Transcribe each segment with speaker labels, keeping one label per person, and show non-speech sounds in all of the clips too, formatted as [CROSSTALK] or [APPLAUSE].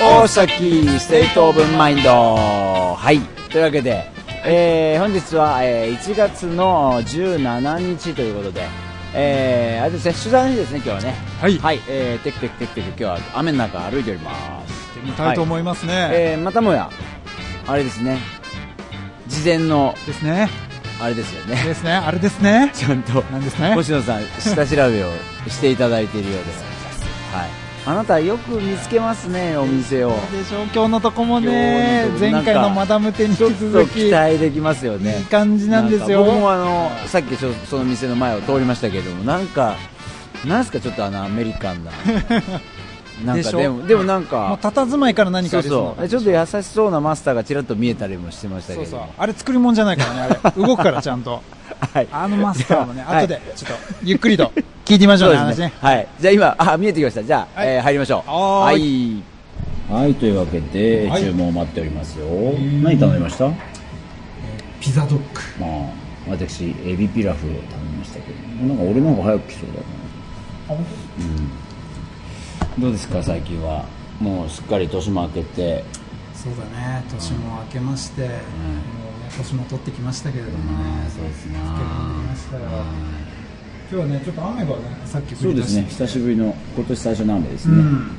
Speaker 1: 大崎ステイトオブマインドはいというわけで、えー本日は、えー1月の17日ということで、えーあれですね取材の日ですね今日はね
Speaker 2: はい
Speaker 1: はい、えー、テクテクテクテク今日は雨の中歩いております
Speaker 2: 見たいと思いますね、
Speaker 1: えーまたもやあれですね事前の
Speaker 2: ですね
Speaker 1: あれですよ
Speaker 2: [LAUGHS]
Speaker 1: ね
Speaker 2: ですねあれですね
Speaker 1: ちゃんと
Speaker 2: なんですね
Speaker 1: 星野さん下調べをしていただいているようですはいあなたよく見つけますねお店を
Speaker 2: でしょ今日のとこもね
Speaker 1: 今日のとこ
Speaker 2: 前回
Speaker 1: な
Speaker 2: の
Speaker 1: んか
Speaker 2: マダム店に
Speaker 1: ちょ
Speaker 2: 引
Speaker 1: っ
Speaker 2: き
Speaker 1: と
Speaker 2: 続
Speaker 1: 期
Speaker 2: き
Speaker 1: 待できますよね
Speaker 2: いい感じなんですよ
Speaker 1: か僕もあのさっきちょその店の前を通りましたけれどもなんかなんすかちょっとあのアメリカン
Speaker 2: [LAUGHS]
Speaker 1: ななん
Speaker 2: で
Speaker 1: か
Speaker 2: し
Speaker 1: で
Speaker 2: ょ
Speaker 1: もでもなん
Speaker 2: もう
Speaker 1: か
Speaker 2: 佇まいから何
Speaker 1: そ
Speaker 2: かあ
Speaker 1: う
Speaker 2: りそ
Speaker 1: そうう
Speaker 2: な
Speaker 1: ちょっと優しそうなマスターがちらっと見えたりもしてましたけ
Speaker 2: そう
Speaker 1: れど
Speaker 2: そう
Speaker 1: も
Speaker 2: あれ作り物じゃないからねあれ動くからちゃん
Speaker 1: [LAUGHS]
Speaker 2: と
Speaker 1: はい
Speaker 2: あのマスターもね
Speaker 1: じゃあ
Speaker 2: 後でちょっとゆっくりと聞いてみましょうね
Speaker 1: そうで
Speaker 2: 話
Speaker 1: すね
Speaker 2: ね。
Speaker 1: はい。じゃあ今、あ、見えてきました。じゃあ、
Speaker 2: はい
Speaker 1: えー入りましょう。
Speaker 2: はー
Speaker 1: い。はい、というわけで、
Speaker 2: はい
Speaker 1: 注文を待っておりますよ。何頼みましたま
Speaker 2: ピザドッグ
Speaker 1: あ、私、エビピラフを頼みましたけど、なんか俺の方が早く来そうだな。どうですか、最近は。もうすっかり年も明けて、
Speaker 2: そうだね年も明けまして、もうね年も取ってきましたけれどもね、
Speaker 1: そうですね。
Speaker 2: 結婚できましたよ今日はねちょっと雨がねさっき
Speaker 1: そ
Speaker 2: 降
Speaker 1: う
Speaker 2: り
Speaker 1: で
Speaker 2: 出
Speaker 1: す
Speaker 2: して
Speaker 1: ね、久しぶりの、今年最初の雨です
Speaker 2: う
Speaker 1: ね。
Speaker 2: ん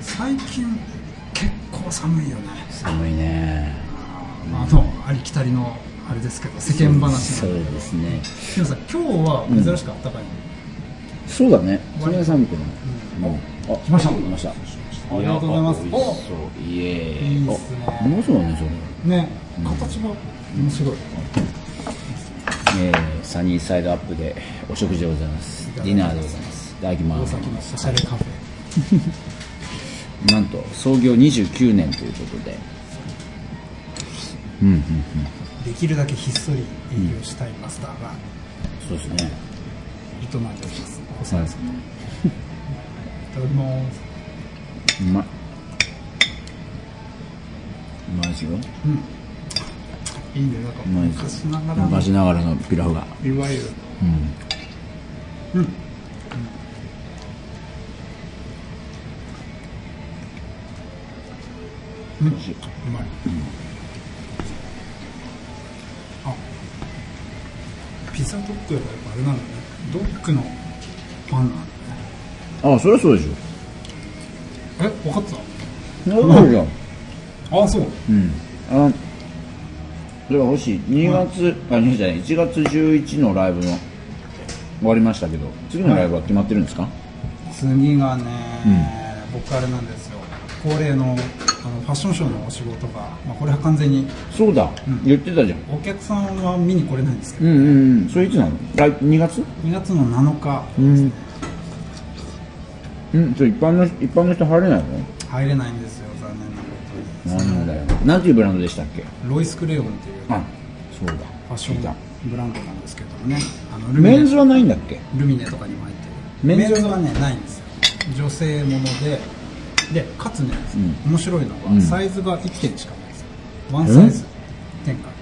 Speaker 2: 最近結構寒いよね
Speaker 1: 寒いね。
Speaker 2: まああとありきたりのあれですけど世間話
Speaker 1: そうですね。
Speaker 2: でもさ今日は珍しくあったかいね、
Speaker 1: そうだね。それが寒くない。うんあ、来
Speaker 2: ました
Speaker 1: 来ました。
Speaker 2: ありがとうございます
Speaker 1: や美味しそう。イエーイ。
Speaker 2: いいっすね
Speaker 1: あうまそうだね、それ。
Speaker 2: ね形も面白い、
Speaker 1: えーサニーサイドアップでお食事でございます。ディナーでございます。いただきま
Speaker 2: 大
Speaker 1: す。
Speaker 2: 崎のおしゃれカフ
Speaker 1: なんと創業29年ということで。うんうんうん。
Speaker 2: ェできるだけひっそり営業したいマスターが
Speaker 1: そうですね。
Speaker 2: 営んでおります、
Speaker 1: そうですね。
Speaker 2: いただきます
Speaker 1: うまい。うまいですよ。う
Speaker 2: いいねなんか
Speaker 1: まいですよ
Speaker 2: 昔ながらの
Speaker 1: 昔ながらのピラフが。
Speaker 2: いわゆる
Speaker 1: 美味しい。
Speaker 2: うまい、あピザドッグはやっぱあれなんだねドッグのパンなんだね
Speaker 1: あ、そりゃそうでし
Speaker 2: え分かって
Speaker 1: ょ。そうじゃん。
Speaker 2: たあそう
Speaker 1: うん、あのそれは星2月、あ2月じゃない1月11のライブの終わりましたけど次のライブは決まってるんですか、
Speaker 2: 次がね、僕あれなんですよ恒例のあのファッションショーのお仕事が、まあ、これは完全に
Speaker 1: そうだ、言ってたじゃん
Speaker 2: お客さんは見に来れないんですけど
Speaker 1: うんうんうんそれいつなの来2月
Speaker 2: 2月の7日
Speaker 1: うんうん、それ一般の一般の人入れない
Speaker 2: 入れないんですよ残念なこと
Speaker 1: の
Speaker 2: に
Speaker 1: なんだよなんていうブランドでしたっけ
Speaker 2: ロイス・クレヨンっていうフ
Speaker 1: あそうだ
Speaker 2: ァッション
Speaker 1: だ
Speaker 2: ブランドなんですけどもねあのルミ
Speaker 1: メ
Speaker 2: ネ
Speaker 1: ンズはないんだっけ
Speaker 2: ルミネとかにも入って
Speaker 1: メ
Speaker 2: る
Speaker 1: ン
Speaker 2: メ
Speaker 1: ズ
Speaker 2: ンズはねないんですよ女性ものででかつね、
Speaker 1: う
Speaker 2: 面白いのが、
Speaker 1: うん
Speaker 2: サイズが1点しかないんですよワンサイズ展開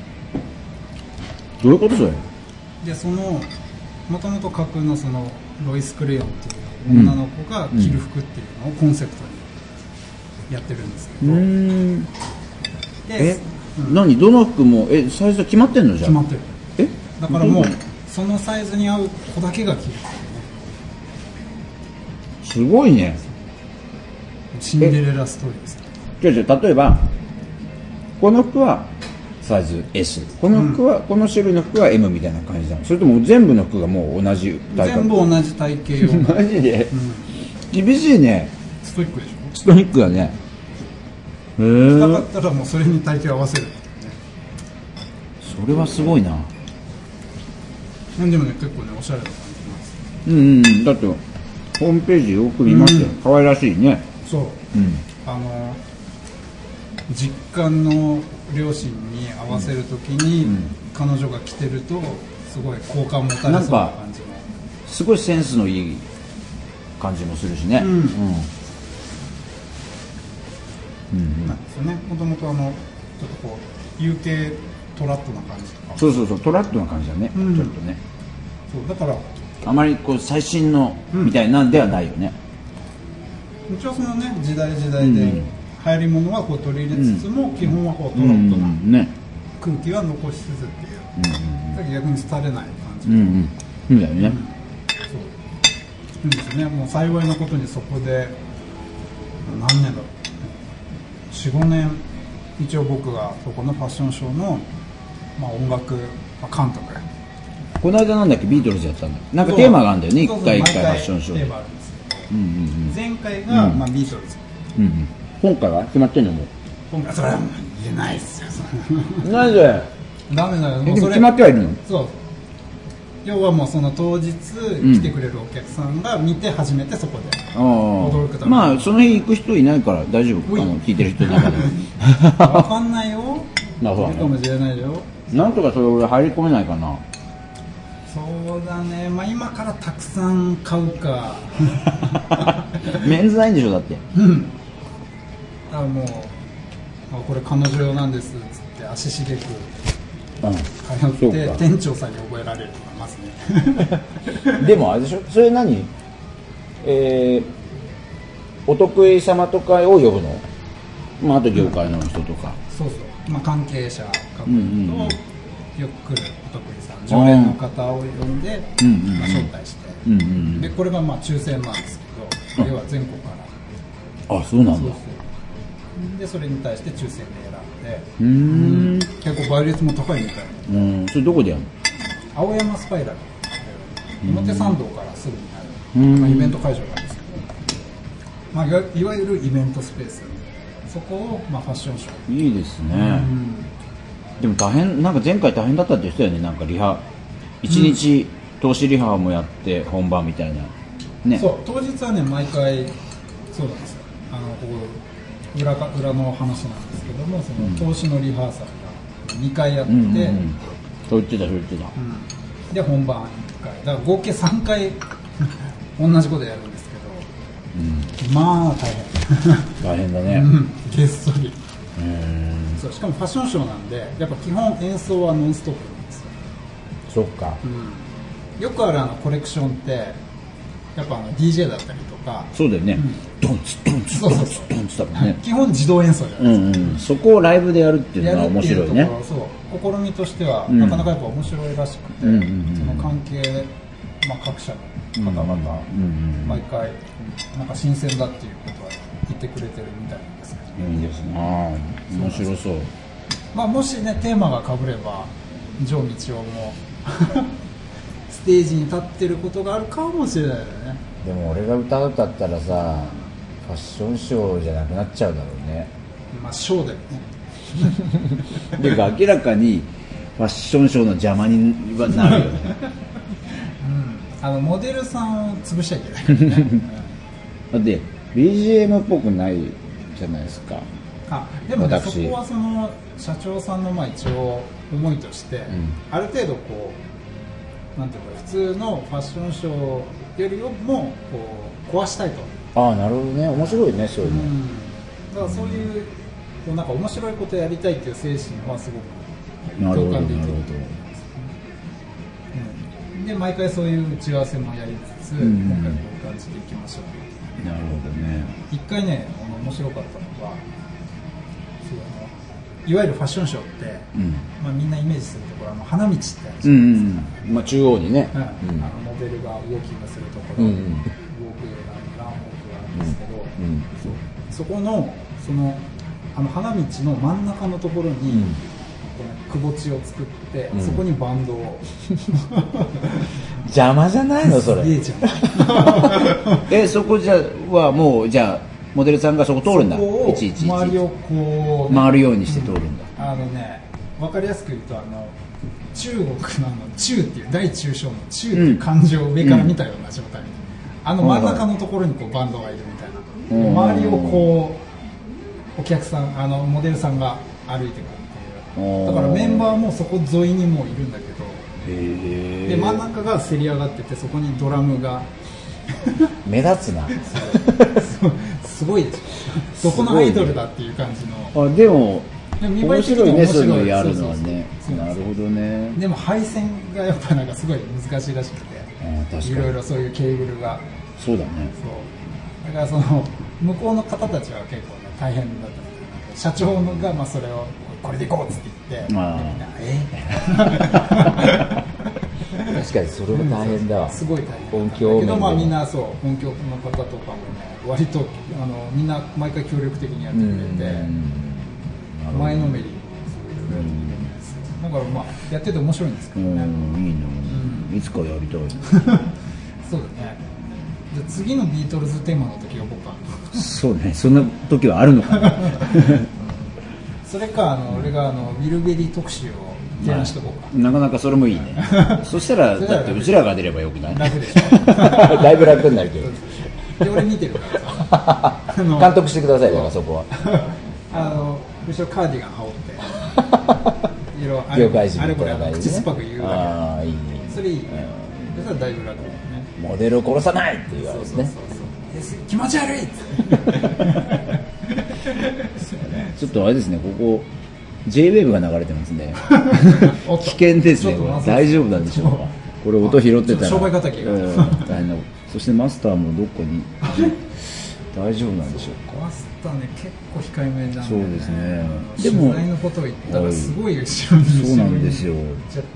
Speaker 1: どういうことそれ
Speaker 2: でそのもともと架空のそのロイス・クレヨンっていう女の子が着る服っていうのをコンセプトにやってるんですけど、
Speaker 1: ん
Speaker 2: で
Speaker 1: え、何どの服もえサイズは決まってんのじゃ
Speaker 2: 決
Speaker 1: ん
Speaker 2: まってる
Speaker 1: え
Speaker 2: だからもう
Speaker 1: どんな
Speaker 2: そのサイズに合う子だけが着る
Speaker 1: すごいね
Speaker 2: シンデレラストーリーですね
Speaker 1: じゃあじゃあ例えばこの服はサイズ S この服は、この種類の服は M みたいな感じなのそれとも全部の服がもう同じタイプ
Speaker 2: 全部同じ体型を、うん、 [LAUGHS]
Speaker 1: マジで、厳しいね
Speaker 2: ストイックでしょ
Speaker 1: ストイックだねへえ
Speaker 2: なかったらもうそれに体型を合わせる
Speaker 1: それはすごいな
Speaker 2: うんでもね結構ねおしゃれな感じなんです
Speaker 1: うんうんうんだってホームページよく見ましたよ、
Speaker 2: うん
Speaker 1: 可愛らしいね
Speaker 2: そう
Speaker 1: うん
Speaker 2: あの実家の両親に合わせるときに、彼女が着てるとすごい好感持たれそうな感じの
Speaker 1: すごいセンスのいい感じもするしね
Speaker 2: うんなんですよねもともとあのちょっとこう UK トラップな感じとか
Speaker 1: そうそうそうトラッドな感じだね、
Speaker 2: うん
Speaker 1: ちょっとね
Speaker 2: そうだから
Speaker 1: あまりこう最新の
Speaker 2: うん
Speaker 1: みたいなんではないよね、
Speaker 2: 一応そのね時代時代で
Speaker 1: うん
Speaker 2: 流行りものはこう取り入れつつも、基本はこう
Speaker 1: う
Speaker 2: ト
Speaker 1: ん
Speaker 2: ロ
Speaker 1: う
Speaker 2: ッ
Speaker 1: ん
Speaker 2: とな
Speaker 1: うん、ね
Speaker 2: 空気は残しつつっていう、だから逆に廃れない感じ、
Speaker 1: うんうんそうだよね、
Speaker 2: そうなんですねもう幸いなことにそこで何年だろう45年一応僕がそこのファッションショーの、まあ、音楽監督
Speaker 1: この間なんだっけビートルズやったんだなんかテーマがあるんだよね
Speaker 2: そ
Speaker 1: 一
Speaker 2: うそう
Speaker 1: 回一
Speaker 2: 毎
Speaker 1: 回ファッションショー
Speaker 2: テ
Speaker 1: で
Speaker 2: ーマあるんですけど
Speaker 1: うんうん
Speaker 2: 前回が、
Speaker 1: うん
Speaker 2: まあ、ビートルズ
Speaker 1: うんうん今回は決まってんのも
Speaker 2: 今回それはもう言えないですよそん
Speaker 1: う
Speaker 2: な
Speaker 1: なぜ
Speaker 2: ダメだよ
Speaker 1: で
Speaker 2: もう
Speaker 1: も
Speaker 2: それ
Speaker 1: 決まってはいるの
Speaker 2: そう要はもうその当日
Speaker 1: ん
Speaker 2: 来てくれるお客さんが見て初めてそこで、
Speaker 1: [LAUGHS]
Speaker 2: 驚く
Speaker 1: あ
Speaker 2: た
Speaker 1: あ
Speaker 2: め
Speaker 1: まあその日行く人いないから大丈
Speaker 2: おい
Speaker 1: 夫あの聞いてる人の中で
Speaker 2: [LAUGHS] わかんないよ。
Speaker 1: なるほど
Speaker 2: いるかもしれないよ。
Speaker 1: なんとかそれ俺入り込めないか
Speaker 2: [LAUGHS]
Speaker 1: な
Speaker 2: そうだね。まあ今からたくさん買う
Speaker 1: [LAUGHS]
Speaker 2: か。
Speaker 1: メンズないんでしょだ
Speaker 2: [LAUGHS]
Speaker 1: って
Speaker 2: うん。あもう、あこれ彼女用なんですっつって足しげ
Speaker 1: う
Speaker 2: く通っ
Speaker 1: そう
Speaker 2: て
Speaker 1: か
Speaker 2: 店長さんに覚えられるとかます
Speaker 1: [LAUGHS]
Speaker 2: ね。
Speaker 1: んでもあれでしょそれ何えー、お得意様とかを呼ぶのまああと業界の人とか
Speaker 2: そうそう。まあ関係者各
Speaker 1: うんうんうん
Speaker 2: と。よく来るお得意さん常連の方を呼んで、
Speaker 1: うんうんうん
Speaker 2: まあ、招待して、
Speaker 1: うんうんうん
Speaker 2: でこれがまあ抽選なんですけど、要は全国から
Speaker 1: あそうなん
Speaker 2: そう
Speaker 1: だ
Speaker 2: そうでそれに対して抽選で
Speaker 1: うー
Speaker 2: 選ん
Speaker 1: ん
Speaker 2: で結構倍率も高いみたいな
Speaker 1: うんそれどこでやるの
Speaker 2: 青山スパイラル表参道からすぐに
Speaker 1: うん
Speaker 2: ある、まあ、イベント会場なんですけど、まあ、いわいわゆるイベントスペースそこを、まあ、ファッションショー、
Speaker 1: いいですね、でも大変なんか前回大変だったって言ってたよねなんかリハ一日投資リハもやって本番みたいなね
Speaker 2: そう当日はね毎回そうなんですよあのここ裏か裏の話なんですけどもその投資のリハーサルが2回やって、
Speaker 1: んうんうんそう言ってたそう言ってた
Speaker 2: で本番1回だから合計3回同じことやるんです
Speaker 1: うん
Speaker 2: けどまあ大
Speaker 1: 大変だ [LAUGHS]
Speaker 2: 変、
Speaker 1: ね
Speaker 2: うん、げっそり
Speaker 1: うーん
Speaker 2: そうしかもファッションショーなんでやっぱ基本演奏はノンストップなんですよ、
Speaker 1: そっか
Speaker 2: うん、よくあるあのコレクションってやっぱあの DJ だったりとか、
Speaker 1: そうだよね
Speaker 2: うん
Speaker 1: ドンツドンツ
Speaker 2: そ
Speaker 1: ドン
Speaker 2: うそう
Speaker 1: ツ
Speaker 2: そう
Speaker 1: ドンツだもんね
Speaker 2: 基本自動演奏じゃな
Speaker 1: う
Speaker 2: いですか、
Speaker 1: んうんそこをライブでやるっていうのは面白い
Speaker 2: やる
Speaker 1: ね
Speaker 2: っていうところそう試みとしては
Speaker 1: うん
Speaker 2: なかなかやっぱ面白いらしく
Speaker 1: う
Speaker 2: て、
Speaker 1: んうんうん
Speaker 2: その関係、まあ、各社の方々、
Speaker 1: うん
Speaker 2: 毎回なんか新鮮だっていうことは言ってくれてるみたいなんですけど、
Speaker 1: うんいいですねああ面白そう
Speaker 2: まあ、もしねテーマがかぶれば城道夫も [LAUGHS] ステージに立ってることがあるかもしれないよね
Speaker 3: でも俺が歌歌ったらさファッションショーじゃなくなっちゃうだろうね
Speaker 2: まあショーでね
Speaker 1: っていうか明らかにファッションショーの邪魔にはなるよね [LAUGHS]
Speaker 2: あのモデルさんを潰しちゃいけないから [LAUGHS] ね、うん
Speaker 1: だって BGM っぽくないじゃないですか
Speaker 2: あでもねそ
Speaker 1: 私
Speaker 2: こはその社長さんのまあ一応思いとして、
Speaker 1: ん
Speaker 2: ある程度こうなんていうか普通のファッションショーよりもこう壊したいと。
Speaker 3: ああなるほどね面白いねそういうの、
Speaker 2: だからそういう、こうなんか面白いことやりたいっていう精神はすごく
Speaker 1: なるほ
Speaker 2: 共
Speaker 1: ど
Speaker 2: 感でき
Speaker 1: な
Speaker 2: る
Speaker 1: るほど
Speaker 2: うんで毎回そういう打ち合わせもやりつつ、
Speaker 1: ん
Speaker 2: 今回こういう感じでいきましょう
Speaker 1: なるほどね
Speaker 2: 一回ねあの面白かったのはそうあのいわゆるファッションショーって、
Speaker 1: うん
Speaker 2: まあ、みんなイメージするところあの花道ってある
Speaker 1: う
Speaker 2: じゃ
Speaker 1: ん
Speaker 2: ないで
Speaker 1: う
Speaker 2: すか、
Speaker 1: んうんまあ中央にね
Speaker 2: うん
Speaker 1: うん
Speaker 2: あのモデルがウォーキングするところ、
Speaker 1: うんうん
Speaker 2: ウォークランウォークがあるんですけど、
Speaker 1: うん
Speaker 2: そこのそのあの花道の真ん中のところに、
Speaker 1: うん
Speaker 2: このくぼ地を作って、
Speaker 1: ん
Speaker 2: そこにバンドを
Speaker 3: 邪魔じゃないのそれ
Speaker 2: すげえじゃん [LAUGHS]
Speaker 1: [LAUGHS] えそこじゃはもうじゃあモデルさんがそこ通るんだ
Speaker 2: そこを
Speaker 1: いちいちいち
Speaker 2: 周りをこう、
Speaker 1: 回るようにして通るんだ
Speaker 2: あのね分かりやすく言うとあの中国のあの中っていう大中小の中っていう漢字を上から見たような状態、あの真ん中のところにこうバンドがいるみたいな、で
Speaker 1: うん
Speaker 2: 周りをこうお客さんあのモデルさんが歩いてくるっていうだからメンバーもそこ沿いにもういるんだけど
Speaker 1: へ
Speaker 2: で真ん中がせり上がっててそ
Speaker 1: [LAUGHS]
Speaker 2: こにドラムが [LAUGHS]
Speaker 3: 目立つな
Speaker 2: すごいですょどこのアイドルだっていう感じの、
Speaker 1: あでも
Speaker 2: でも見栄え
Speaker 1: 面
Speaker 2: 的に
Speaker 1: 白いね
Speaker 2: 面
Speaker 1: そう
Speaker 2: 白い
Speaker 1: いうのやるのはね
Speaker 2: そうそうそう
Speaker 1: なるほどね
Speaker 2: でも配線がやっぱなんかすごい難しいらしくて
Speaker 1: あ確かに
Speaker 2: いろいろそういうケーブルが
Speaker 1: そうだね
Speaker 2: そうだからその向こうの方たちは結構ね大変だったみたいなんで社長のがまあそれをこれでいこうっつって言ってみん
Speaker 1: あー
Speaker 2: なえ
Speaker 1: 確かにそれも大変だわ
Speaker 2: すごい大変
Speaker 1: 音響面
Speaker 2: け
Speaker 1: で
Speaker 2: ど
Speaker 1: も
Speaker 2: まあみんなそう音響の方とかもね割とあのみんな毎回協力的にやっ
Speaker 1: う
Speaker 2: てく
Speaker 1: ん
Speaker 2: れて前のめりにそういろいろやってくれるんですよだからまあやってて面白いんですけ
Speaker 1: う
Speaker 2: どね、
Speaker 1: んいいのいつかやりたい
Speaker 2: そうだねじゃあ次のビートルズテーマの時呼ぼうか
Speaker 1: なそうねそんな時はあるのかな
Speaker 2: それかあの俺があのウィルベリー特集を提案しとこうか、
Speaker 1: なかなかそれもいい
Speaker 2: [LAUGHS]
Speaker 1: ねそしたらだってうちらが出ればよくない
Speaker 2: 楽でし
Speaker 1: [LAUGHS] だいぶ楽になるけど
Speaker 2: ょで俺見てるからさ [LAUGHS] あの
Speaker 1: 監督してくださいだからそこは
Speaker 2: あの後ろカーディガン羽織っていろいろあれ
Speaker 1: 業界人
Speaker 2: あれ
Speaker 1: み
Speaker 2: こ
Speaker 1: たい
Speaker 2: れあ
Speaker 1: な
Speaker 2: の
Speaker 1: 感じ
Speaker 2: 口酸
Speaker 1: ね
Speaker 2: っぱく言うだ
Speaker 1: ああいいね
Speaker 2: けそれいいねそしたらだいぶ楽だよね
Speaker 1: モデルを殺さないっていうあれですね
Speaker 2: そうそうえす気持ち悪いっつって
Speaker 1: ちょっとあれですねここ JWAVE が流れてますね
Speaker 2: [LAUGHS] おっと
Speaker 1: 危険ですね
Speaker 2: ちょ
Speaker 1: こと
Speaker 2: っ
Speaker 1: れ
Speaker 2: まずい
Speaker 1: 大丈夫なんでしょうかこれ音拾ってたら
Speaker 2: ちょっと商売敵が
Speaker 1: うん大変なそしてマスターもどこ
Speaker 2: [LAUGHS]
Speaker 1: に大丈夫なんでしょうか
Speaker 2: マスターね結構控えめなんだよ
Speaker 1: そうですね
Speaker 2: で
Speaker 1: で
Speaker 2: も
Speaker 1: も
Speaker 2: 取材のことを言ったらすごい後ろに
Speaker 1: そうなんですよ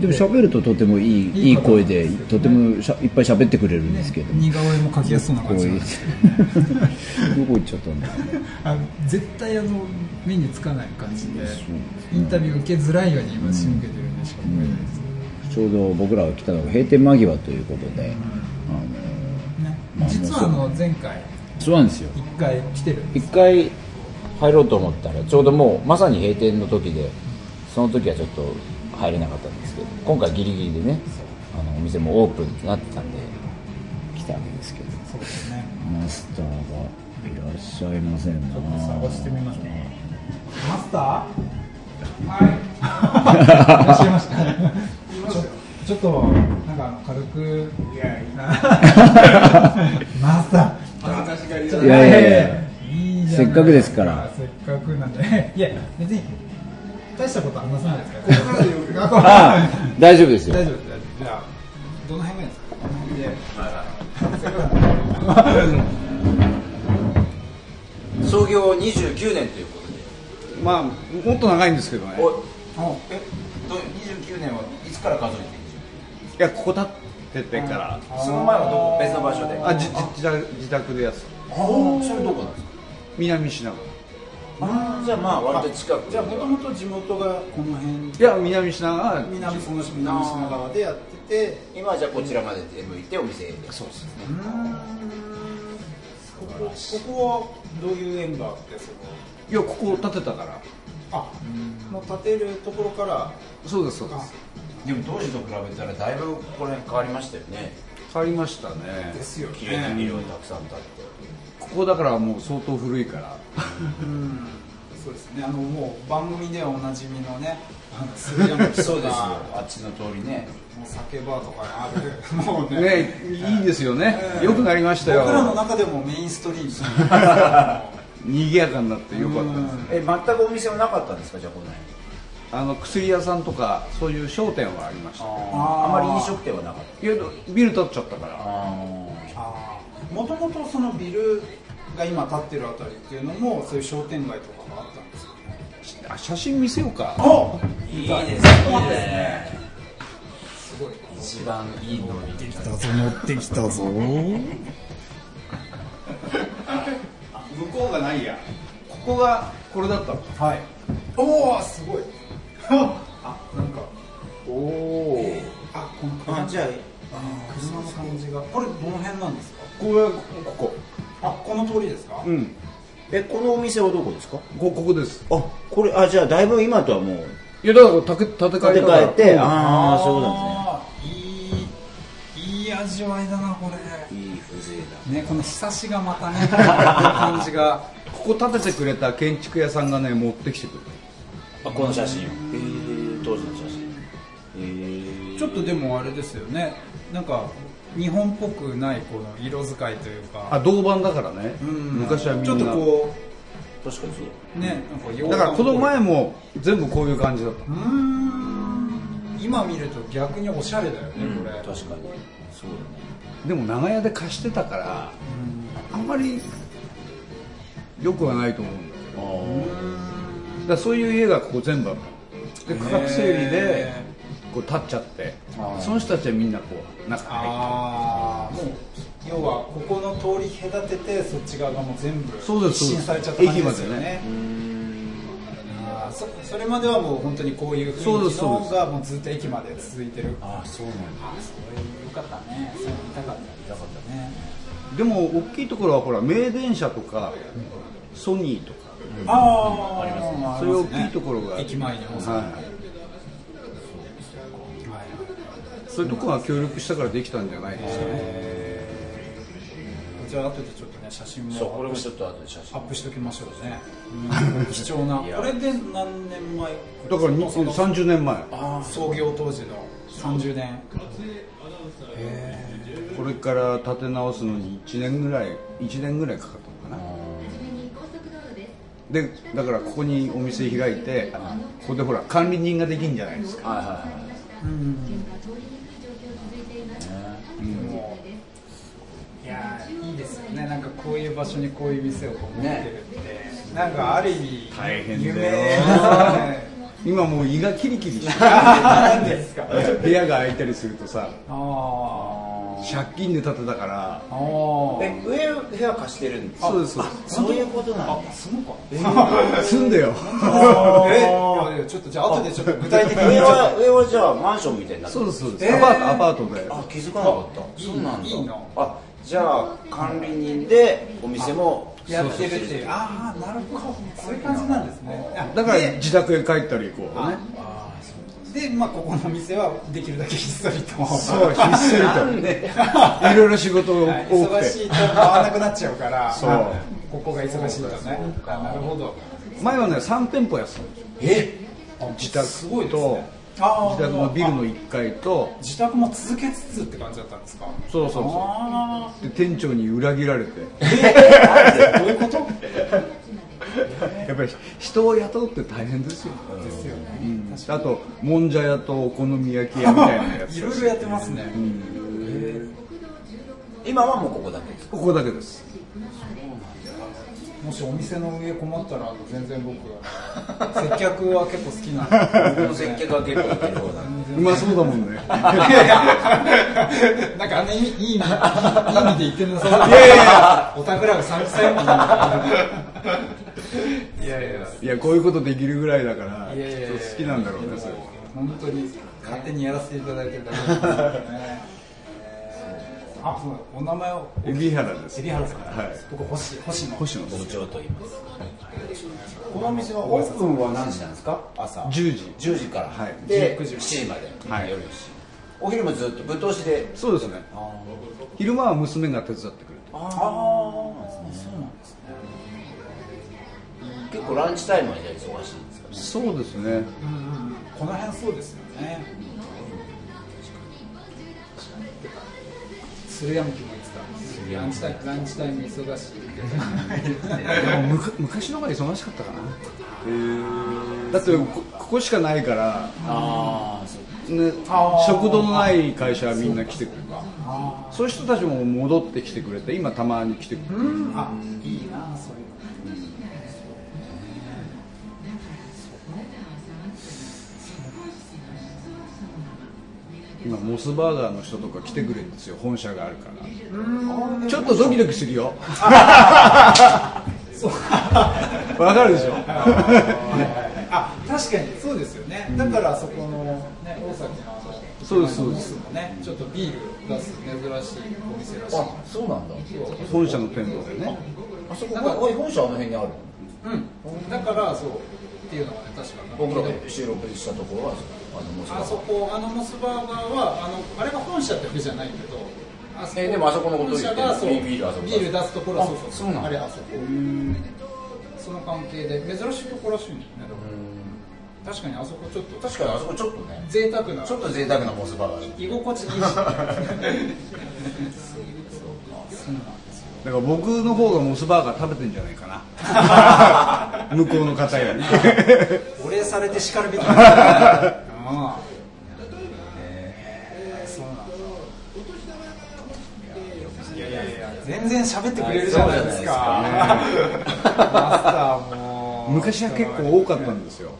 Speaker 1: でも喋るととてもいい
Speaker 2: い
Speaker 1: い
Speaker 2: い
Speaker 1: い
Speaker 2: 方
Speaker 1: 声で
Speaker 2: なんです
Speaker 1: と
Speaker 2: よね
Speaker 1: てもしゃいっぱい喋ってくれるんですけど、
Speaker 2: 似顔絵も描きやすそうな
Speaker 1: こ
Speaker 2: 感
Speaker 1: う
Speaker 2: じ
Speaker 1: い
Speaker 2: が
Speaker 1: うどこ行っちゃったんだろうね
Speaker 2: あ絶対あの目につかない感じで
Speaker 1: そう
Speaker 2: インタビュー受けづらいように今仕向けてるんでしか思えないです、
Speaker 1: ちょうど僕らが来たのが閉店間際ということで、あの
Speaker 2: ね
Speaker 1: まあ
Speaker 2: 実はあの前回
Speaker 1: そうなんですよ
Speaker 2: 一回来てるんで
Speaker 1: 一回入ろうと思ったらちょうどもうまさに閉店の時でその時はちょっと入れなかったんですけど今回ギリギリでねあのお店もオープンとなってたんで来たわけですけど
Speaker 2: そうですね
Speaker 1: マスターがいらっしゃいませんな
Speaker 2: ちょっと探してみますねマスターはい [LAUGHS] いらっしゃいましたちょちょっとなんかあの軽くいやいいな [LAUGHS] マスター
Speaker 1: いやいやいや
Speaker 2: いいじゃ
Speaker 1: せ
Speaker 2: な
Speaker 1: っかくですから
Speaker 2: せっかくなんで [LAUGHS] いや別に大したことは話さないですから [LAUGHS]
Speaker 1: ああ大丈夫ですよ
Speaker 2: 大丈夫です大丈夫じゃあどの辺がいいですかこの辺でせっか
Speaker 4: 創業29年ということで
Speaker 5: まあもっと長いんですけどね
Speaker 4: お
Speaker 2: くもう
Speaker 4: えどう29年はいつから数えてるんでしょ
Speaker 5: いやここ立っててから
Speaker 4: うその前はどこ別の場所で
Speaker 5: あじじ自宅自宅でやつ
Speaker 4: おそれどこなんですか
Speaker 5: 南品川
Speaker 4: あーじゃあまあ割と近く
Speaker 6: じゃあもともと地元がこの辺
Speaker 5: いや南品川
Speaker 6: 南その南品川でやってて
Speaker 4: 今はじゃあこちらまで出向いてお店でそうですね
Speaker 6: ここここはどういう縁があってその
Speaker 5: いやここ建てたから
Speaker 6: あの建てるところから
Speaker 5: そうですそうです
Speaker 4: でも当時と比べたらだいぶこの辺変わりましたよね
Speaker 5: 変わりましたね
Speaker 6: ですよね
Speaker 4: 綺麗なビルがたくさん建って
Speaker 5: ここだからもう相当古いから
Speaker 6: うんそうですねあのもう番組ではおなじみのねあのスリラムとか
Speaker 4: そう [LAUGHS] ですよあっちの通りね
Speaker 6: もう酒バーとかあるもうね
Speaker 5: ねいいですよね良くなりました
Speaker 6: 僕らの
Speaker 5: よ
Speaker 6: 中でもメインストリーム [LAUGHS] ですよ
Speaker 5: 賑やかになってよかったです
Speaker 4: え全くお店はなかったんですかじゃあこの辺
Speaker 5: あの薬屋さんとかそういう商店はありました
Speaker 4: あまり飲食店はなかった
Speaker 5: けどビル建っちゃったから
Speaker 6: もともとそのビルが今建ってるあたりっていうのもそういう商店街とかがあったんですよ
Speaker 5: あ写真見せようか
Speaker 4: いいですね
Speaker 6: すごい
Speaker 4: 一番いい飲みできた
Speaker 5: 向こうがないやここがこれだったの
Speaker 6: はい。おお、すごい。あ、なんか。おお、あ、この感じ。じゃあ、車の感じが。これ、どの辺なんですか。
Speaker 5: これはここ
Speaker 6: あ、この通りですか。
Speaker 5: うん
Speaker 4: えこのお店はどこですか
Speaker 5: こここです
Speaker 4: あこれあじゃあだいぶ今とはもう
Speaker 5: いやだから建て建て替
Speaker 4: 建
Speaker 5: え
Speaker 4: て
Speaker 5: たから
Speaker 4: 替えて、ああそういうこと
Speaker 6: あーいい。いい味わいだな、こ
Speaker 4: な
Speaker 6: れ。
Speaker 4: んですねいい風情だ
Speaker 6: ね、このひさしがまたね。 [LAUGHS] こういう感じが。
Speaker 5: ここ建ててくれた建築屋さんがね持ってきてく
Speaker 4: あ
Speaker 5: れ
Speaker 4: この写真を、えー、当時の写真えー、
Speaker 2: ちょっとでもあれですよねなんか日本っぽくないこの色使いという
Speaker 5: たあ
Speaker 2: か
Speaker 5: 銅板だからね
Speaker 2: うん
Speaker 5: 昔はみん
Speaker 2: ちょ
Speaker 5: な
Speaker 2: っとこう
Speaker 1: 確かにそう
Speaker 2: ねなんか洋
Speaker 5: だからこの
Speaker 2: う
Speaker 5: 前も全部こういう感じだった
Speaker 2: ーん今見ると逆におしゃれだよね、これ
Speaker 1: だ確かにそうだね
Speaker 5: でも長屋で貸してたからあんまりよくはないと思うんだけどだからそういう家がここ全部あったで区画整理で
Speaker 2: へ
Speaker 5: こう立っちゃってその人たちはみんなこう中入っ
Speaker 2: ああもう要はここの通り隔ててそっち側がもう全部
Speaker 5: そうですそう
Speaker 2: 一新
Speaker 5: です
Speaker 2: されちゃった感じですよねあーそそれまではもう本当にこういう雰囲気の
Speaker 5: そうですそう
Speaker 2: 方がもうずっと駅まで続いてるああそうなんだよかったねそれ見たかったよかったね
Speaker 5: てでも大きいところはほら名電車とかソニーとか
Speaker 2: ああありますね
Speaker 5: そういう大きいところが
Speaker 2: 駅前にもさ、
Speaker 5: はいそういうところが協力したからできたんじゃないですかね
Speaker 2: こちら後でちょっとね写真も
Speaker 1: そうこれもちょっと後で写
Speaker 2: ア
Speaker 1: 真
Speaker 2: ップしておきましょうね、うん貴重なこれで何年前
Speaker 5: だからに
Speaker 2: その
Speaker 5: 30年前
Speaker 2: あー創業当時の30年
Speaker 5: これから立て直すのに1年ぐらい1年ぐらいかかったのかなでだからここにお店開いてここでほら管理人ができるんじゃないですか
Speaker 1: はいはいはい
Speaker 2: いやーいいですよねなんかこういう場所にこういう店をこう持ってるって、なんかある意味
Speaker 5: 大変
Speaker 2: 夢
Speaker 5: だよ今もう胃がキリキリして
Speaker 2: [LAUGHS] なんですか
Speaker 5: る部屋が空いたりするとさ
Speaker 2: あー
Speaker 5: 借金で建てたから
Speaker 2: あー
Speaker 1: え上部屋貸してるんですか
Speaker 5: そうですそうで
Speaker 1: そういうことなんだ
Speaker 2: そのか
Speaker 5: す [LAUGHS] 住んでよ
Speaker 2: えいやいやちょっとじゃあ後でちょっと具体的に
Speaker 1: 上は上はじゃあマンションみたいになって
Speaker 5: そう
Speaker 1: る
Speaker 5: ですそうです、
Speaker 2: えー
Speaker 5: アパートアパートで
Speaker 1: あ気づかなかったそうなんだ
Speaker 2: いいの
Speaker 1: あじゃあ管理人でお店も
Speaker 2: やってるっていうああなるほどそういう感じなんですねあ
Speaker 5: だから
Speaker 2: で
Speaker 5: 自宅へ帰ったりこうね
Speaker 2: でまあここのお店はできるだけひっそりと
Speaker 5: そうひ
Speaker 2: [LAUGHS]
Speaker 5: っそりといろいろ仕事が
Speaker 2: はい
Speaker 5: 多く
Speaker 2: 忙
Speaker 5: て
Speaker 2: しいと回わなくなっちゃうから
Speaker 5: そう
Speaker 2: あここが忙しいとねあなるほど
Speaker 5: 前はね3店舗やってたんですよ
Speaker 2: え
Speaker 5: 自宅
Speaker 2: すごいです
Speaker 5: と
Speaker 2: ねあ
Speaker 5: 自宅のビルの
Speaker 2: あ
Speaker 5: 1階と
Speaker 2: 自宅も続けつつって感じだったんですか
Speaker 5: そうそうそ
Speaker 2: あ
Speaker 5: うで店長に裏切られて
Speaker 2: あどういうこと
Speaker 5: [LAUGHS] やっぱり人を雇うって大変ですよ、
Speaker 2: ですよね、
Speaker 5: あともんじゃ屋とお好み焼き屋みたいなや
Speaker 2: [LAUGHS] い
Speaker 5: つ
Speaker 2: ろいろやってますね、
Speaker 1: 今はもうここだけです
Speaker 5: ここだけです
Speaker 2: もしお店の上困ったら全然僕は接客は結構好きなんで
Speaker 1: 僕も接客は結構いける方だ
Speaker 5: うまそうだもんね
Speaker 2: いやいや [LAUGHS] なんかあんなにいいいい意味で言ってなさそうだ
Speaker 5: いやいや
Speaker 2: おたくらが三歳もいやいや
Speaker 5: いやこういうことできるぐらいだから
Speaker 2: いやいやいや
Speaker 5: きっと好きなんだろうねそれ
Speaker 2: 本当に勝手にやらせていただいてるだけですからねあそうお名前を
Speaker 5: 海老原です
Speaker 2: 海老原さん、
Speaker 5: はい
Speaker 2: 僕星星野
Speaker 5: 星野さん
Speaker 1: 部長と言いますこのお店はオープンは何時なんですか朝
Speaker 5: 10時
Speaker 1: 10時から、
Speaker 5: はい
Speaker 1: で
Speaker 2: 19
Speaker 1: 9
Speaker 2: 時
Speaker 1: 時まで、
Speaker 5: はい
Speaker 1: 夜7時お昼もずっとぶっ通しで
Speaker 5: そうですね昼間は娘が手伝ってくれて
Speaker 1: ああそうなんですね結構ランチタイムはじゃあ忙しいんですかね
Speaker 5: そうですね
Speaker 2: この辺そうですよね鶴山木も言ってたランチタイムランチタイム忙しいみたいな
Speaker 5: でもむか昔の方が忙しかったかなだってこここしかないから
Speaker 1: ああそう
Speaker 5: ね、
Speaker 2: あー
Speaker 5: 食堂のない会社はみんな来てくれたそういう人たちも戻ってきてくれて今たまに来てくれる
Speaker 2: あいいなそういうの
Speaker 5: 今モスバーガーの人とか来てくれるんですよ本社があるからちょっとドキドキするよわかるでしょ
Speaker 2: あ確かにそうですよね、だからそこの、ね、大崎のあの
Speaker 5: そうですそうです
Speaker 2: モスもねちょっとビール出す珍しいお店らしい
Speaker 1: あそうなんだ
Speaker 5: 本社の店舗でね
Speaker 1: あそこおい本社あの辺にある
Speaker 2: うんだからそうっていうのがね確かな
Speaker 1: 僕らが収録したところはあのもう
Speaker 2: あそこあのモスバーガーはあのあれが本社ってわけじゃないけどあそこ
Speaker 1: えでもあそこのこと
Speaker 2: 本
Speaker 1: 言って
Speaker 2: 社
Speaker 1: る
Speaker 2: がそう
Speaker 1: ビールあそこ
Speaker 2: ビール出すところはそうそ
Speaker 1: あそう
Speaker 2: う
Speaker 1: なんだ
Speaker 2: あれあそこその関係で珍しいところらしいんだよねだから確かにあそこちょっと
Speaker 1: 確かにあそこちょっとね
Speaker 2: 贅沢な
Speaker 1: ちょっと贅沢なモス [LAUGHS] バーガー
Speaker 2: 居心地いいしそうなんですよ
Speaker 5: だから僕の方がモスバーガー食べてんじゃないか
Speaker 2: [LAUGHS]
Speaker 5: な向こうの方より
Speaker 2: お礼されて叱るべきああへえそうなんだいやいやいや全然喋ってくれるじゃないですか
Speaker 1: [LAUGHS]
Speaker 2: マスターも
Speaker 5: 昔は結構多かったんですよ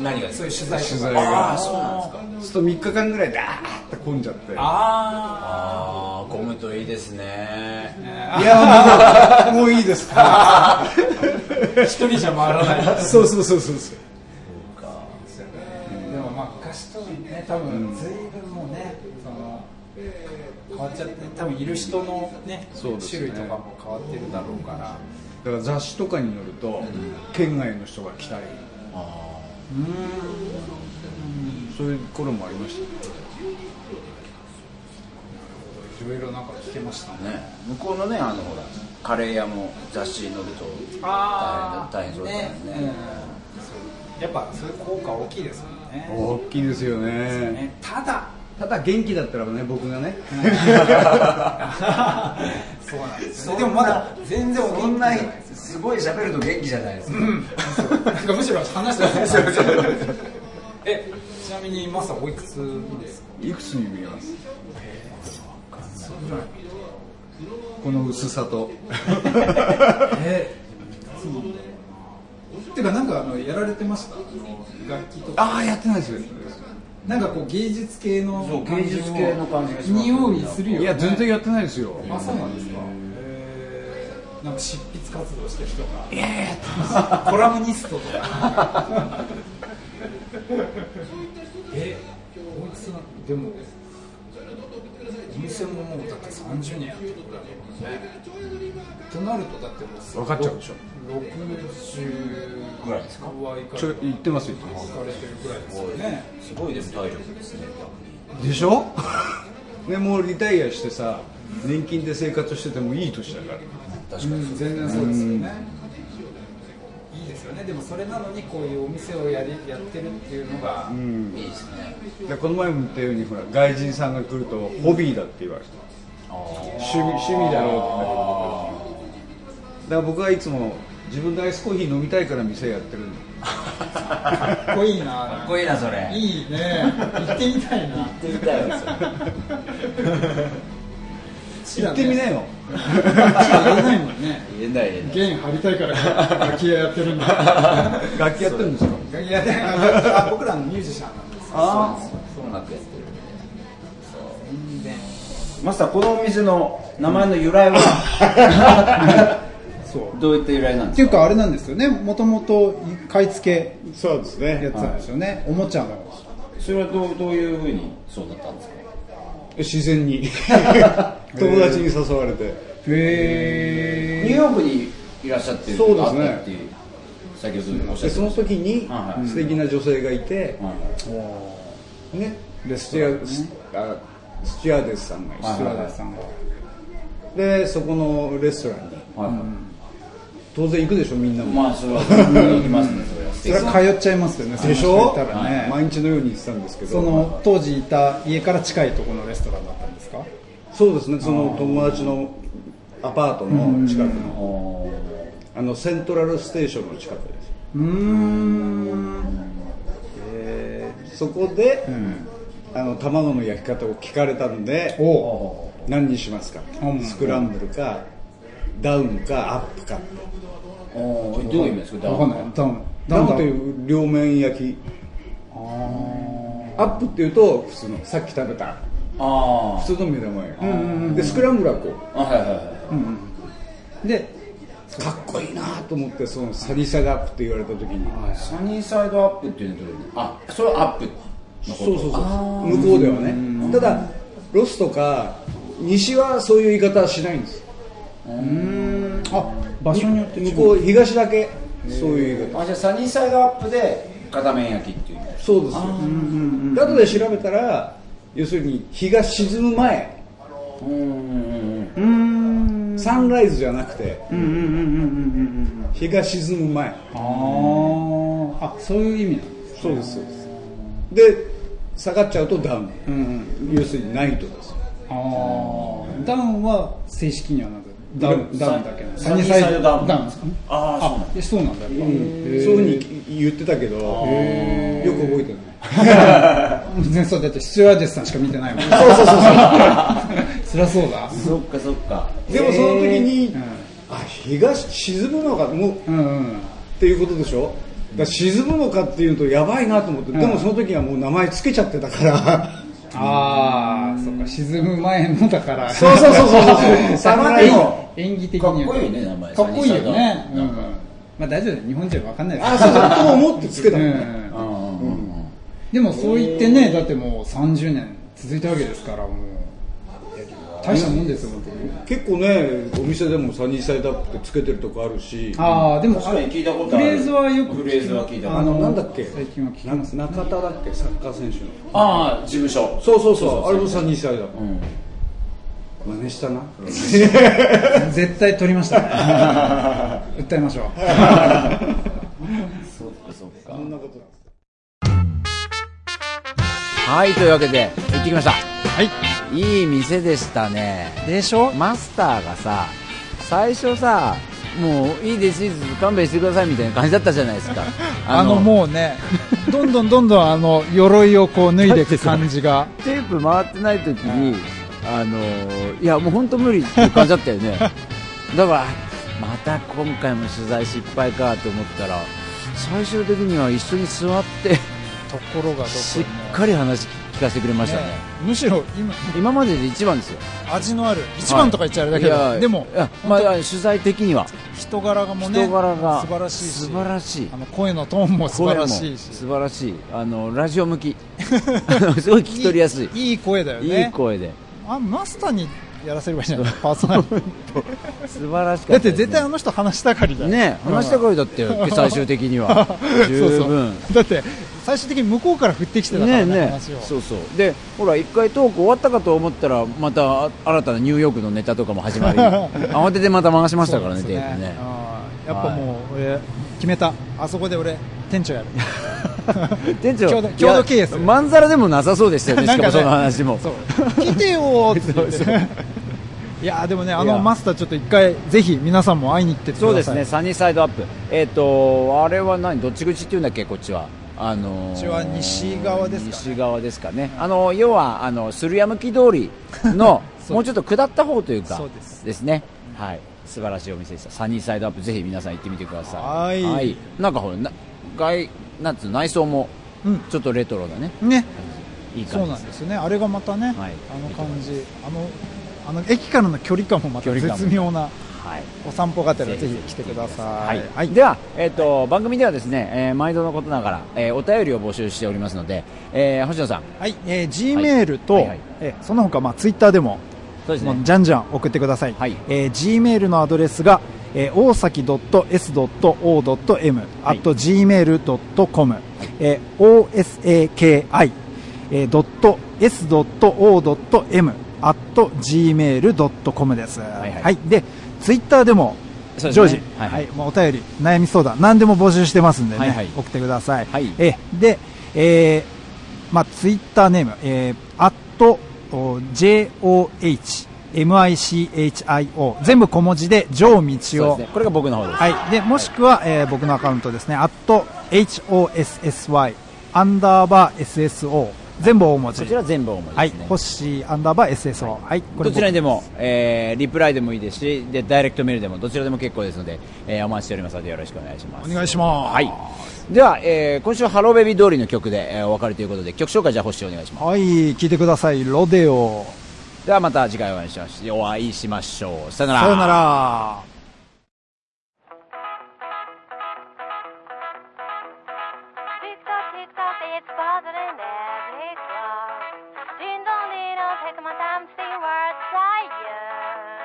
Speaker 1: 何がです
Speaker 2: そういう取材
Speaker 5: 取
Speaker 2: と
Speaker 5: 材
Speaker 2: か
Speaker 5: が
Speaker 2: あそうなんですか
Speaker 5: ちょっと3日間ぐらいダーッと混んじゃって
Speaker 2: あ
Speaker 1: ああ、混むといいですね。
Speaker 5: いやもうもうい
Speaker 2: [LAUGHS]
Speaker 5: いですか
Speaker 2: あ一人じゃ回らない
Speaker 5: そうそうそうそうそう
Speaker 2: でもまあ昔とね多分随分もうね、その変わっちゃって多分いる人のね
Speaker 5: そうですね
Speaker 2: 種類とかも変わってるだろうから
Speaker 5: だから雑誌とかに載ると、県外の人が来たりそういう頃もありましたね
Speaker 2: いろいろなんか聞けましたね
Speaker 1: ね、向こうのね、あの、ほら、カレー屋も雑誌に載ると
Speaker 2: あ
Speaker 1: 大変だ大変そうだよね
Speaker 2: うんやっぱそういう効果大きいですもんね
Speaker 5: 大きいですよね
Speaker 2: ねただ
Speaker 5: ただ元気だったらね僕がね
Speaker 2: そうなんですよねでもまだ全然お元気じゃないですよ
Speaker 1: すごい喋ると元気じゃないですか。
Speaker 2: なんかむしろ話してます [LAUGHS] えちなみにマスターおいくつですか
Speaker 5: いくつに見えますこの薄さと
Speaker 2: えそうてかなんかあのやられてましたあの楽器とか
Speaker 5: ああやってないですよ
Speaker 2: なんかこう芸術系の
Speaker 1: そう
Speaker 2: 感
Speaker 1: 芸
Speaker 2: じを
Speaker 1: 術系の感じがします
Speaker 2: 匂いするよ、ね、
Speaker 5: いや全然やってないですよ
Speaker 2: あそうなんですかへーなんか執筆活動してる人がいやコラムニストとかえおいくつなでもお店ももうだって30年やってるぐらいだもんねとなるとだってもう
Speaker 5: 分かっちゃうでしょ
Speaker 2: 60ぐらいですか
Speaker 5: ちょ言ってます言ってます
Speaker 2: されてるぐらいですよね
Speaker 1: すごいです、体力ですね。
Speaker 5: でしょ [LAUGHS] ねもうリタイアしてさ年金で生活しててもいい年だから
Speaker 1: 確かに。
Speaker 2: 全然そうですよねいいですよねでもそれなのにこういうお店をやりやってるっていうのが、
Speaker 1: いいですね。
Speaker 5: でこの前も言ったようにほら外人さんが来るとホビーだって言われて趣味趣味だろうってだから僕はいつも自分でアイスコーヒー飲みたいから店やってるんだ
Speaker 2: かっこいいなか
Speaker 1: かっこいいな、それ。
Speaker 2: いいね行ってみたいな行ってみ
Speaker 1: たいわそれ
Speaker 5: 行ってみな [LAUGHS] よ
Speaker 2: 言えないもんね
Speaker 1: 入れない、入れない。
Speaker 2: 弦張りたいから楽器屋やってるんだ
Speaker 5: 楽器やってるんですか
Speaker 2: いやでもあ僕らのミュージシャンなんです
Speaker 1: ああ、音楽やってる。
Speaker 2: 全然
Speaker 1: マスター、このお店の名前の由来 [LAUGHS] はどういった由来なん
Speaker 7: っ
Speaker 1: で
Speaker 7: て
Speaker 1: す
Speaker 7: いうかあれなんですよねもともと買い付
Speaker 5: そうです
Speaker 7: けやってたんですよね、おもちゃの
Speaker 1: かそれはどうどういうふうにそうだったんですか
Speaker 5: 自然 [LAUGHS] に友達に誘われて
Speaker 7: へ
Speaker 1: ニューヨークにいらっしゃってる
Speaker 5: そうですね
Speaker 1: あったっていう先ほどおっしゃ
Speaker 5: で
Speaker 1: って
Speaker 5: その時に
Speaker 1: はいはい
Speaker 5: 素敵な女性がいて、
Speaker 1: は
Speaker 5: ねでスチュアスあスチュアーデスさんが
Speaker 1: はい
Speaker 5: スチュアーデスさんがでそこのレストランに
Speaker 1: いはい
Speaker 5: 当然行くでしょみんなも、
Speaker 1: まあそれは行きますねそれは
Speaker 7: それは通っちゃいますよね
Speaker 5: でしょ
Speaker 7: その人いたらね、
Speaker 5: 毎日のように言ってたんですけど
Speaker 7: その当時いた家から近いところのレストランだったんですか
Speaker 5: そうですねその友達のアパートの近くのあのセントラルステーションの近くです
Speaker 7: うーん
Speaker 5: そこで、あの卵の焼き方を聞かれたんで
Speaker 7: お
Speaker 5: 何にしますかって、
Speaker 7: うん
Speaker 5: スクランブルかダウンかアップかって
Speaker 1: おーどういう意味ですか
Speaker 7: わかんないダウン
Speaker 5: ダウン
Speaker 7: ダ
Speaker 5: と
Speaker 7: ウ
Speaker 5: い
Speaker 7: ン
Speaker 5: う両面焼きアップっていうと普通のさっき食べた
Speaker 1: あ
Speaker 5: 普通の目玉焼き、でスクランブルはこ
Speaker 1: ーあはいはいは
Speaker 5: うでかっこいいなと思ってそのサリサガアップって言われた時に、
Speaker 1: いサニーサイドアップっていうのはどういう意味あそれはアップのこと
Speaker 5: そうそうそう向こうではねただロスとか西はそういう言い方はしないんです
Speaker 7: あ場所によって違
Speaker 5: 向
Speaker 7: う
Speaker 5: こう東だけそういう言い方
Speaker 1: あじゃあサニーサイドアップで片面焼きっていう
Speaker 5: そうですよで後で調べたら要するに日が沈む前
Speaker 7: うーん
Speaker 5: サンライズじゃなくて
Speaker 7: うんうんうんうんうんうん
Speaker 5: 日が沈む前
Speaker 7: うんあーあそういう意味なんです
Speaker 5: そうですそうですで下がっちゃうとダウン
Speaker 7: うんうん
Speaker 5: 要するにナイトです
Speaker 7: ああダウンは正式にはなく
Speaker 8: ダウンダウンだけ
Speaker 9: サニーサイドダウン
Speaker 8: ダウンですかね
Speaker 9: ああそうなん
Speaker 8: あそうなんだやっぱ
Speaker 5: そういうふうに言ってたけどよく覚えてない
Speaker 8: 全然そうだってスチュワーデスさんしか見てないもんそうそうそう [LAUGHS] そう辛そうだ
Speaker 9: そっかそっか
Speaker 5: でもその時に、
Speaker 8: うん
Speaker 5: あ日が沈むのかもうっ
Speaker 8: うんうん
Speaker 5: ていうことでしょだから沈むのかっていうとやばいなと思って、でもその時はもう名前つけちゃってたから [LAUGHS]
Speaker 8: ああそっか沈む前のだから
Speaker 5: そうそうそうそう
Speaker 8: [LAUGHS]
Speaker 5: そう
Speaker 9: さらにも
Speaker 8: 演技的
Speaker 9: かっ
Speaker 8: には
Speaker 9: こいいね名前
Speaker 8: かっこいいよね、う
Speaker 9: なんんか
Speaker 8: まあ大丈夫だよ日本人は分かんないです
Speaker 5: あそうそうと思ってつけた
Speaker 8: う
Speaker 5: の
Speaker 8: んう
Speaker 5: ね、
Speaker 8: ん
Speaker 9: うんうんうん
Speaker 8: でもそう言ってねだってもう30年続いたわけですからもう大したもんですよ本当に
Speaker 5: 結構ねお店でもサニーサイドアップってつけてるとこあるし
Speaker 8: ああでも
Speaker 9: 確かに聞いたことある
Speaker 8: フレーズはよく聞き
Speaker 9: フレーズは聞いたこと
Speaker 8: あ
Speaker 9: ある
Speaker 8: の
Speaker 5: なんだっけ
Speaker 8: 最近は聞き
Speaker 5: な
Speaker 8: ますね
Speaker 5: 中田だっけサッカー選手の
Speaker 9: ああ事務所
Speaker 5: そうそうそうあれもサニーサイドアッ
Speaker 9: う
Speaker 5: プ、
Speaker 9: ん
Speaker 5: 真似したな
Speaker 8: 絶対取りましたね訴えましょう
Speaker 9: そっかそっか
Speaker 5: そんなことない
Speaker 1: はい、というわけで、行ってきました。はい。いい店でしたね。
Speaker 8: でしょ
Speaker 1: マスターがさ、最初さ、もういいです、いいです、勘弁してくださいみたいな感じだったじゃないですか。
Speaker 2: あのもうねどんどんどんどんあの鎧をこう脱いでいく感じが
Speaker 1: テープ回ってない時に、あのーいやもう本当無理っていう感じだったよね [LAUGHS] だからまた今回も取材失敗かと思ったら最終的には一緒に座って
Speaker 2: ところがどこ
Speaker 1: し
Speaker 2: に
Speaker 1: っかり話聞かせてくれましたね
Speaker 2: ねむしろ今
Speaker 1: 今までで一番ですよ
Speaker 2: 味のある一番とか言っちゃあれだけ
Speaker 1: いや
Speaker 2: どでも
Speaker 1: いやまあ取材的には
Speaker 2: 人柄がもうね
Speaker 1: 人柄が
Speaker 2: 素晴らしいし
Speaker 1: 素晴らしい
Speaker 2: あの声のトーンも素晴らしいし
Speaker 1: 声も素晴らしいあのラジオ向 [LAUGHS] きあのすごい聞き取りやすい
Speaker 2: いい声だよ
Speaker 1: い
Speaker 2: ね
Speaker 1: い声で
Speaker 2: あマスターにやらせればいいじゃないパーソナリティ
Speaker 1: 素晴らしか
Speaker 2: だ
Speaker 1: っで
Speaker 2: ったて
Speaker 1: すね
Speaker 2: 絶対あの人話したがりだよ
Speaker 1: ね
Speaker 2: うん
Speaker 1: 話した声だって
Speaker 2: [LAUGHS]
Speaker 1: よ最終的には十分
Speaker 2: そうそうだって最終的に向こうから振ってきてたからね話を
Speaker 1: そうそうでほら一回トーク終わったかと思ったらまたあ新たなニューヨークのネタとかも始
Speaker 2: [LAUGHS]
Speaker 1: まり慌ててまた回しましたからね
Speaker 2: そう
Speaker 1: テ
Speaker 2: です
Speaker 1: ープね
Speaker 2: あーやっぱもう俺決めたあそこで俺店長やる
Speaker 1: [LAUGHS] 店長
Speaker 2: 共同
Speaker 1: いや
Speaker 2: 共同経営する
Speaker 1: まんざらでもなさそうでしたよね
Speaker 2: [LAUGHS] な
Speaker 1: し
Speaker 2: ん
Speaker 1: か
Speaker 2: か
Speaker 1: も
Speaker 2: ね
Speaker 1: その話も
Speaker 2: そう来てよーって
Speaker 1: [LAUGHS]
Speaker 2: 言っていやーでもねあのマスターちょっと一回ぜひ皆さんも会いに行ってってくだ
Speaker 1: そう
Speaker 2: さ
Speaker 1: ですね
Speaker 2: い
Speaker 1: サニーサイドアップえっとあれは何どっち口っていうんだっけこっちはあのー
Speaker 2: こっちは西側ですかね
Speaker 1: 西側ですかねあの要はあの駿山木通り
Speaker 2: [LAUGHS]
Speaker 1: のもうちょっと下った方というか
Speaker 2: そうです
Speaker 1: ねはい素晴らしいお店でしたサニーサイドアップぜひ皆さん行ってみてください
Speaker 2: はい
Speaker 1: なんかほらな外なんつうの内装も
Speaker 2: うん
Speaker 1: ちょっとレトロだね、
Speaker 2: ね
Speaker 1: いい感
Speaker 2: そ
Speaker 1: じ
Speaker 2: うなんですよねあれがまたね、
Speaker 1: はい
Speaker 2: あの感じあのあの駅からの距離感もまた
Speaker 1: 距離感も
Speaker 2: 絶妙な
Speaker 1: はい
Speaker 2: お散歩がてらぜひ来てくださ
Speaker 1: はいい、では、えっと番組ではですね、えー毎度のことながら、えーお便りを募集しておりますので、えー星野さん
Speaker 2: はいえー、G メールと、
Speaker 1: はいはい
Speaker 2: えーその他まあツイッターでも
Speaker 1: そうです
Speaker 2: もう
Speaker 1: ね
Speaker 2: じゃんじゃん送ってください、
Speaker 1: はい
Speaker 2: えー、G メールのアドレスが、えー、大崎 .s.o.m
Speaker 1: は
Speaker 2: あ
Speaker 1: い
Speaker 2: と gmail.com、えー、osaki えー .s.o.m あと gmail.com です、はい
Speaker 1: はい
Speaker 2: でツイッターでも
Speaker 1: そうです
Speaker 2: 常
Speaker 1: ね
Speaker 2: 時、
Speaker 1: は
Speaker 2: はいい
Speaker 1: はい
Speaker 2: もうお便り、悩み相談、何でも募集してますんでね、
Speaker 1: はいはい
Speaker 2: 送ってください。
Speaker 1: はい
Speaker 2: えーで、えー、まあ、ツイッターネーム、えー、アット JOHMICHIO 全部小文字で、ジョー道
Speaker 1: そう
Speaker 2: 夫、
Speaker 1: ですねこれが僕の方です
Speaker 2: はい、でもしくは、えー僕のアカウントですね、アット HOSSY アンダーバー SSO 全部大文字、
Speaker 1: こちら全部大文字
Speaker 2: はい
Speaker 1: ですね、、
Speaker 2: ホッシーアンダーバー SSO、はいこれ
Speaker 1: どちらにでも、えーリプライでもいいですしでダイレクトメールでもどちらでも結構ですので、えーお待ちしておりますのでよろしくお願いします
Speaker 2: お願いします。
Speaker 1: はいでは、えー今週はハローベビー通りの曲で、えーお別れということで曲紹介じゃあ星お願いしま
Speaker 2: はい、聞いてください、ロデオ。
Speaker 1: すではまた次回お会いしましお会いしましょうさよなら
Speaker 2: さよなら。
Speaker 10: Tick tock, tick tock, it's bothering every clock. Ding dong, ding dong, take my time, see what's tired.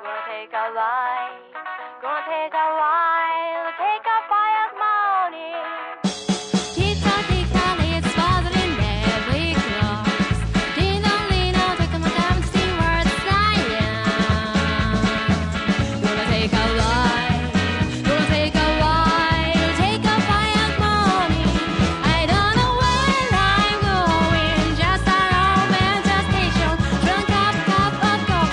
Speaker 10: Gonna take a ride, gonna take a while, take a quiet morning. Tick tock, tick tock, it's bothering every clock. Ding dong, ding dong, take my time, see what's tired. Gonna take a ride, gonna take a while, take a quiet morning. I don't know where I'm going, just a romantic station, drunk a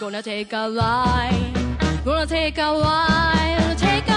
Speaker 10: Gonna take a ride, gonna take a ride, take a